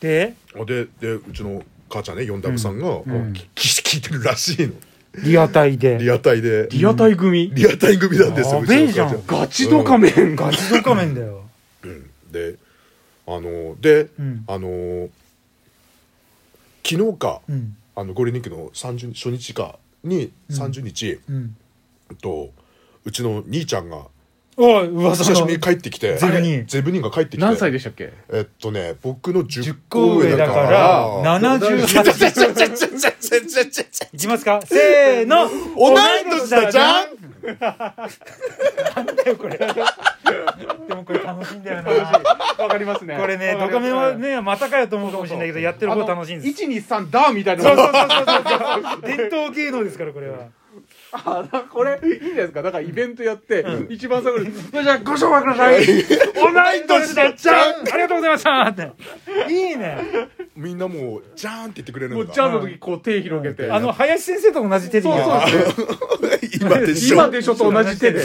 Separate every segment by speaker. Speaker 1: で
Speaker 2: ででうちの母ちゃんね 4W さんが、きき聞いてるらしいの
Speaker 1: リアタイで
Speaker 2: リアタイで
Speaker 3: リアタイ組
Speaker 2: リアタイ組なんですよ
Speaker 1: やべえじゃん
Speaker 2: うちの母ち
Speaker 3: ガチドカメン
Speaker 1: ガチドカメンだよ
Speaker 2: うんであので、
Speaker 1: うん
Speaker 2: あの昨日か、
Speaker 1: うん
Speaker 2: あのゴールデンウィークの30初日かに30日、
Speaker 1: うん
Speaker 2: とうちの兄ちゃんが
Speaker 1: おい噂
Speaker 2: 久し
Speaker 1: の
Speaker 2: ぶりに帰ってきて
Speaker 1: ゼブニン
Speaker 2: ゼブニンが帰ってきて
Speaker 3: 何歳でしたっけ
Speaker 2: えっとね僕の10
Speaker 1: 10
Speaker 2: 個
Speaker 1: 個
Speaker 2: 上
Speaker 1: 上
Speaker 2: だ
Speaker 1: だ
Speaker 2: か
Speaker 1: からら78いきますか せーの
Speaker 2: 同い年だじゃん
Speaker 1: なんだよこれ でもこれ楽しいんだよな
Speaker 3: わかりますね
Speaker 1: これねドカメンはねまたかよと思うかもしれないけどやってる方楽しいんです
Speaker 3: 123ダーみたいな
Speaker 1: そうそうそう そうそう伝統芸能ですからこれは
Speaker 3: あだからこれいいんじゃないですかだからイベントやって、一番最後に「じゃあご紹介ください」
Speaker 1: 同い年だじゃんありがとうございましたっていいね
Speaker 2: みんなもうじゃーんって言ってくれる
Speaker 3: も
Speaker 2: ん
Speaker 3: う
Speaker 2: だ
Speaker 3: ジャンの時こう手広げて、
Speaker 1: あの林先生と同じ手でいいよ
Speaker 3: そうそう
Speaker 2: 今でしょ
Speaker 3: 今でしょと同じ手で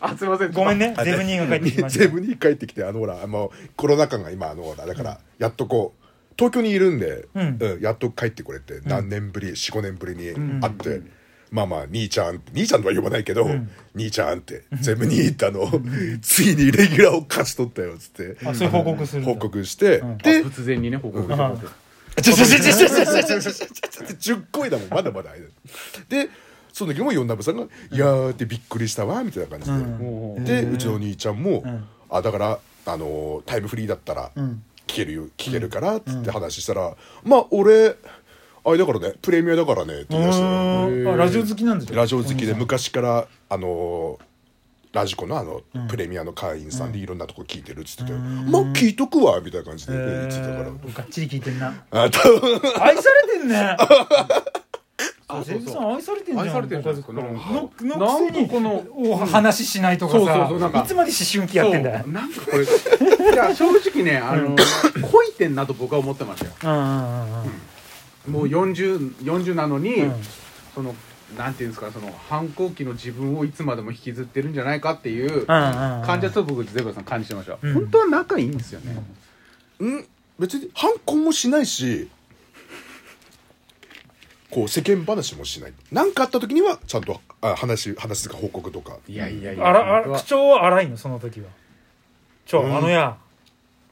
Speaker 3: あすいません
Speaker 1: ごめんねゼブニーが帰ってきまし
Speaker 2: ゼ
Speaker 1: た
Speaker 2: ブに帰ってきてあのほらもうコロナ禍が今あのほらだからやっとこう東京にいるんで、
Speaker 1: うん
Speaker 2: うんやっと帰ってこれて何年ぶり45年ぶりに会って、まあまあ兄ちゃん兄ちゃんとは呼ばないけど、兄ちゃんってゼブに行ったのをついにレギュラーを勝ち取ったよっつって
Speaker 1: あそういう報告するんだ
Speaker 2: 報告して、
Speaker 3: あ
Speaker 2: で
Speaker 3: 仏前にね報告してもらって
Speaker 2: ちょちょちょちょちょちょちょちょちょちょ10個上だもんまだまだでその時も四男さんが「いやー」ってびっくりしたわみたいな感じで、
Speaker 3: もう
Speaker 2: でうちのお兄ちゃんも「
Speaker 1: ん
Speaker 2: あだから、あのータイムフリーだったら聞
Speaker 1: ん
Speaker 2: けるよ、聞けるから」っつって話したら「まあ俺あれだからねプレミアだからね」って言い出して
Speaker 1: あラジオ好きなんですよ
Speaker 2: ラジオ好きで昔からあのーラジコのあのプレミアの会員さんでいろんなとこ聞いてるっつってて「まあ聞いとくわ」みたいな感じで言ってたか
Speaker 1: が
Speaker 2: ら。
Speaker 1: っちり聞いてんな
Speaker 2: あ多分
Speaker 1: 愛されてんね
Speaker 3: あ
Speaker 1: ゼ
Speaker 3: そう
Speaker 1: ブ
Speaker 3: そう
Speaker 1: さん愛されてんじゃん
Speaker 3: 愛されてるじゃないですか
Speaker 1: ご家
Speaker 3: な
Speaker 1: 族
Speaker 3: ん
Speaker 1: か
Speaker 3: から
Speaker 1: ののくせ
Speaker 3: なん
Speaker 1: に
Speaker 3: かこの
Speaker 1: お話ししないとか
Speaker 3: そうそう
Speaker 1: さ
Speaker 3: そうなんか
Speaker 1: いつまで思春期やってんだよ
Speaker 3: そうなんかこれいや正直ね あのこいてんなと僕は思ってましたよ
Speaker 1: うんうんうんうん
Speaker 3: もう 40, 40なのに、
Speaker 1: ん
Speaker 3: そのなんていうんですかその反抗期の自分をいつまでも引きずってるんじゃないかっていう
Speaker 1: うんうん
Speaker 3: 感じはと僕ゼブラさん感じてました、
Speaker 1: ん
Speaker 3: 本当は仲いいんですよね、
Speaker 2: うん別に反抗もしないしこう世間話もしない何かあった時にはちゃんとあ話話すか報告とか
Speaker 3: いやいやいや
Speaker 1: あらあ
Speaker 3: 本当
Speaker 1: ら
Speaker 3: は
Speaker 1: 口調は荒いのその時は「ちょ、
Speaker 2: うん
Speaker 1: あのや」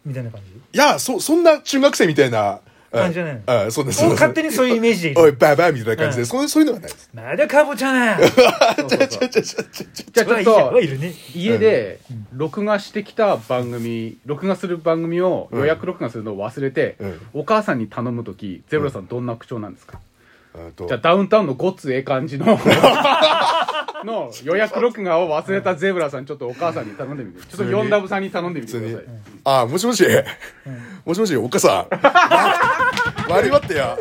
Speaker 1: みたいな感じ
Speaker 2: いやそそんな中学生みたいな
Speaker 1: 感じじゃないの
Speaker 2: あそんな そ
Speaker 1: を
Speaker 2: んな
Speaker 1: 勝手にそういうイメージでい
Speaker 2: お
Speaker 1: る
Speaker 2: いバーバーみたいな感じで、
Speaker 1: うん
Speaker 2: そうそういうのはないです
Speaker 1: まだかぼちゃな
Speaker 3: そうそうそう
Speaker 2: ちょちょちょちょ
Speaker 3: じゃあ
Speaker 1: はいい
Speaker 3: ち
Speaker 1: や
Speaker 3: ょっと
Speaker 1: はいるね
Speaker 3: 家で録画してきた番組録画する番組を予約録画するのを忘れて、
Speaker 2: うん
Speaker 3: お母さんに頼む時ゼブラさんどんな口調なんですか、
Speaker 2: あと
Speaker 3: じゃあダウンタウンのごっつええ感じの の予約録画を忘れたゼブラさんちょっとお母さんに頼んでみてちょっ
Speaker 2: 普
Speaker 3: と
Speaker 2: 通に
Speaker 3: 4ダブさんに頼んでみて
Speaker 2: 普通
Speaker 3: くだ
Speaker 2: に
Speaker 3: さい
Speaker 2: あもしもし、もしもしおっかさん割り割ってや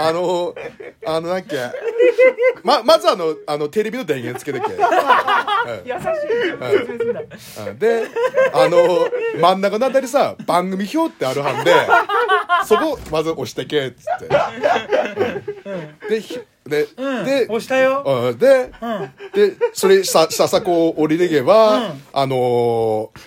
Speaker 2: あのあのなんっけままずあのあのテレビの電源つけてけ
Speaker 1: 優しい説明するんだ
Speaker 2: うんであの真ん中のあたりさ番組表ってあるはんでそこまず押してけっつって、うんでひで、
Speaker 1: うん
Speaker 2: で
Speaker 1: 押したよ
Speaker 2: うんで、でそれさささこう降りてけば、
Speaker 1: うん
Speaker 2: あのー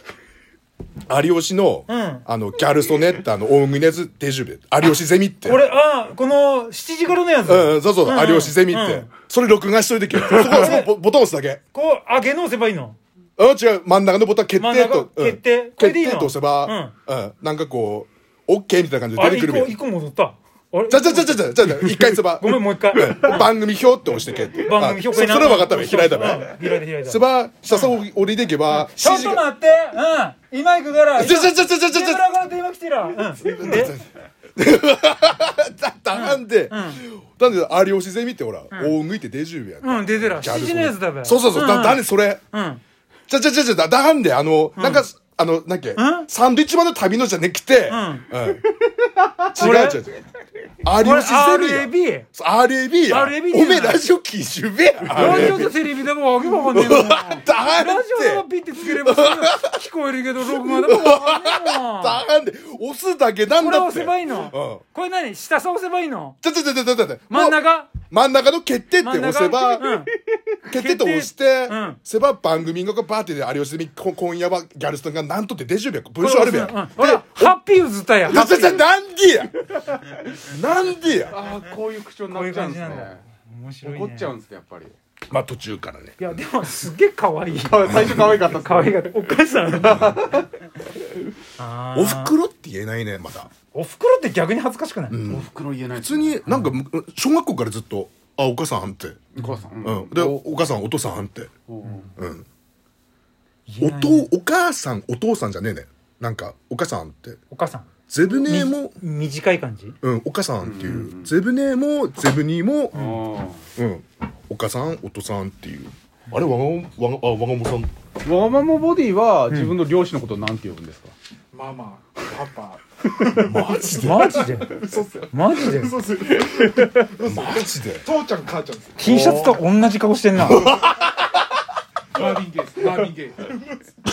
Speaker 2: 有吉の、
Speaker 1: ん
Speaker 2: あのギャルソネってあの大国のやつデジュベ有吉ゼミって
Speaker 1: これあこの7時頃のやつ
Speaker 2: うんうんそうそう、
Speaker 1: んうん
Speaker 2: 有吉ゼミって、
Speaker 1: うん
Speaker 2: それ録画しといてけよそこそこボボタン押すだけ
Speaker 1: こうあげ直せばいいの
Speaker 2: うん違う真ん中のボタン決
Speaker 1: 真ん
Speaker 2: 定
Speaker 1: 中
Speaker 2: と、うん
Speaker 1: 決定これ
Speaker 2: 決
Speaker 1: でいい
Speaker 2: 定
Speaker 1: の
Speaker 2: と押せば、うんなんかこう OK みたいな感じで
Speaker 1: あ
Speaker 2: 出
Speaker 1: れ
Speaker 2: てく
Speaker 1: 1
Speaker 2: る
Speaker 1: 個
Speaker 2: べ
Speaker 1: 一個戻ったあれ
Speaker 2: じゃじゃじゃじゃじゃじゃじゃ一回押せば
Speaker 1: ごめんもう一回
Speaker 2: うん番組表って押してけって
Speaker 1: 番組
Speaker 2: あ
Speaker 1: 表
Speaker 2: そ
Speaker 1: 開
Speaker 2: それは分かったべ開いたべ
Speaker 1: 開いた開いた
Speaker 2: せば下さを降りていけば
Speaker 1: ちょ
Speaker 2: 7
Speaker 1: っ
Speaker 2: 時
Speaker 1: と
Speaker 2: が
Speaker 1: 待ってうん今行くから
Speaker 2: ちょちょちょちょちょちょ
Speaker 1: 今から電話来てらうんで
Speaker 2: だだなんで、なんで有吉ゼミってほら、大食いってデジューやんか
Speaker 1: うん出てら
Speaker 2: ギャル
Speaker 1: 7時のやつだべ
Speaker 2: そうそうそう、だだねそれ
Speaker 1: うん
Speaker 2: じゃじゃじゃじゃだだなんであの、なんかあのなんだっけ、サンドイッチマンの旅のじゃねきて、うん
Speaker 1: ん
Speaker 2: 違う違う違う
Speaker 1: こ
Speaker 2: 有
Speaker 1: れ
Speaker 2: 吉ゼミや
Speaker 1: RAB
Speaker 2: んそう RAB や
Speaker 1: RAB
Speaker 2: おめえラジオ聞いちゅうべや
Speaker 1: ラジオとテレビでもわけわかんねえ もんラジ
Speaker 2: だなん
Speaker 1: オでも
Speaker 2: で
Speaker 1: ピッてつければすぐ聞こえるけど録画でもわかんねえもん
Speaker 2: だ なんで押すだけなん
Speaker 1: これ
Speaker 2: だっ
Speaker 1: 押
Speaker 2: て
Speaker 1: せばいい
Speaker 2: うん
Speaker 1: のこれ何下さ押せばいいの
Speaker 2: ちょちょちょちょちょちょ
Speaker 1: 真ん中
Speaker 2: 真ん中の決定って
Speaker 1: 真ん
Speaker 2: 押
Speaker 1: 中
Speaker 2: せば、
Speaker 1: うん
Speaker 2: 決定と押して、
Speaker 1: うん
Speaker 2: せば番組がバーってで有吉ゼミこ今夜はギャルストンが流なんとってデジュビや文章あるべや。
Speaker 1: うんほら、ハッピーズたや。ハッピ
Speaker 2: 絶
Speaker 1: ー
Speaker 2: 対なんで やなんでや
Speaker 3: ああこういう口調になっちゃうんですね
Speaker 1: 面白い、ね。
Speaker 3: 怒っちゃうんですねやっぱり
Speaker 2: まあ途中からね。
Speaker 1: いや、でもすげえ可愛い。
Speaker 3: 最初可愛かったっす
Speaker 1: 可愛かった。お母さん。あー
Speaker 2: おふくろって言えないね、まだ。
Speaker 1: おふくろって逆に恥ずかしくない、
Speaker 3: お袋言えない普
Speaker 2: 普通になんか、小学校からずっと、あ、お母さんあんって。
Speaker 3: お母さん
Speaker 2: うん。で、おお母さん、お父さんあんって。
Speaker 3: うん
Speaker 2: うん。
Speaker 1: 言
Speaker 2: お
Speaker 1: えない
Speaker 2: と、お母さん、お父さんじゃねえね。なんか、お母さんあんって。
Speaker 1: お母さん。
Speaker 2: ゼブネも、
Speaker 1: 短い感じ
Speaker 2: うん、お母さんっていう。ゼブネも、ゼブニーも、
Speaker 3: あ
Speaker 2: うん。お母さん、お父さんっていう。あれ、わがも、わが、あ、わがもさん。
Speaker 3: あわママボディは自分の両親のことをなんて呼ぶんですか
Speaker 4: ママパ
Speaker 2: マジで
Speaker 1: マジで
Speaker 4: パ嘘っすよ
Speaker 1: マジで
Speaker 4: 嘘っすよ
Speaker 2: マジで
Speaker 4: 父ちゃん母ちゃんですよ
Speaker 1: T シャツと同じ顔してんな。
Speaker 4: バービンゲイですバービンゲイ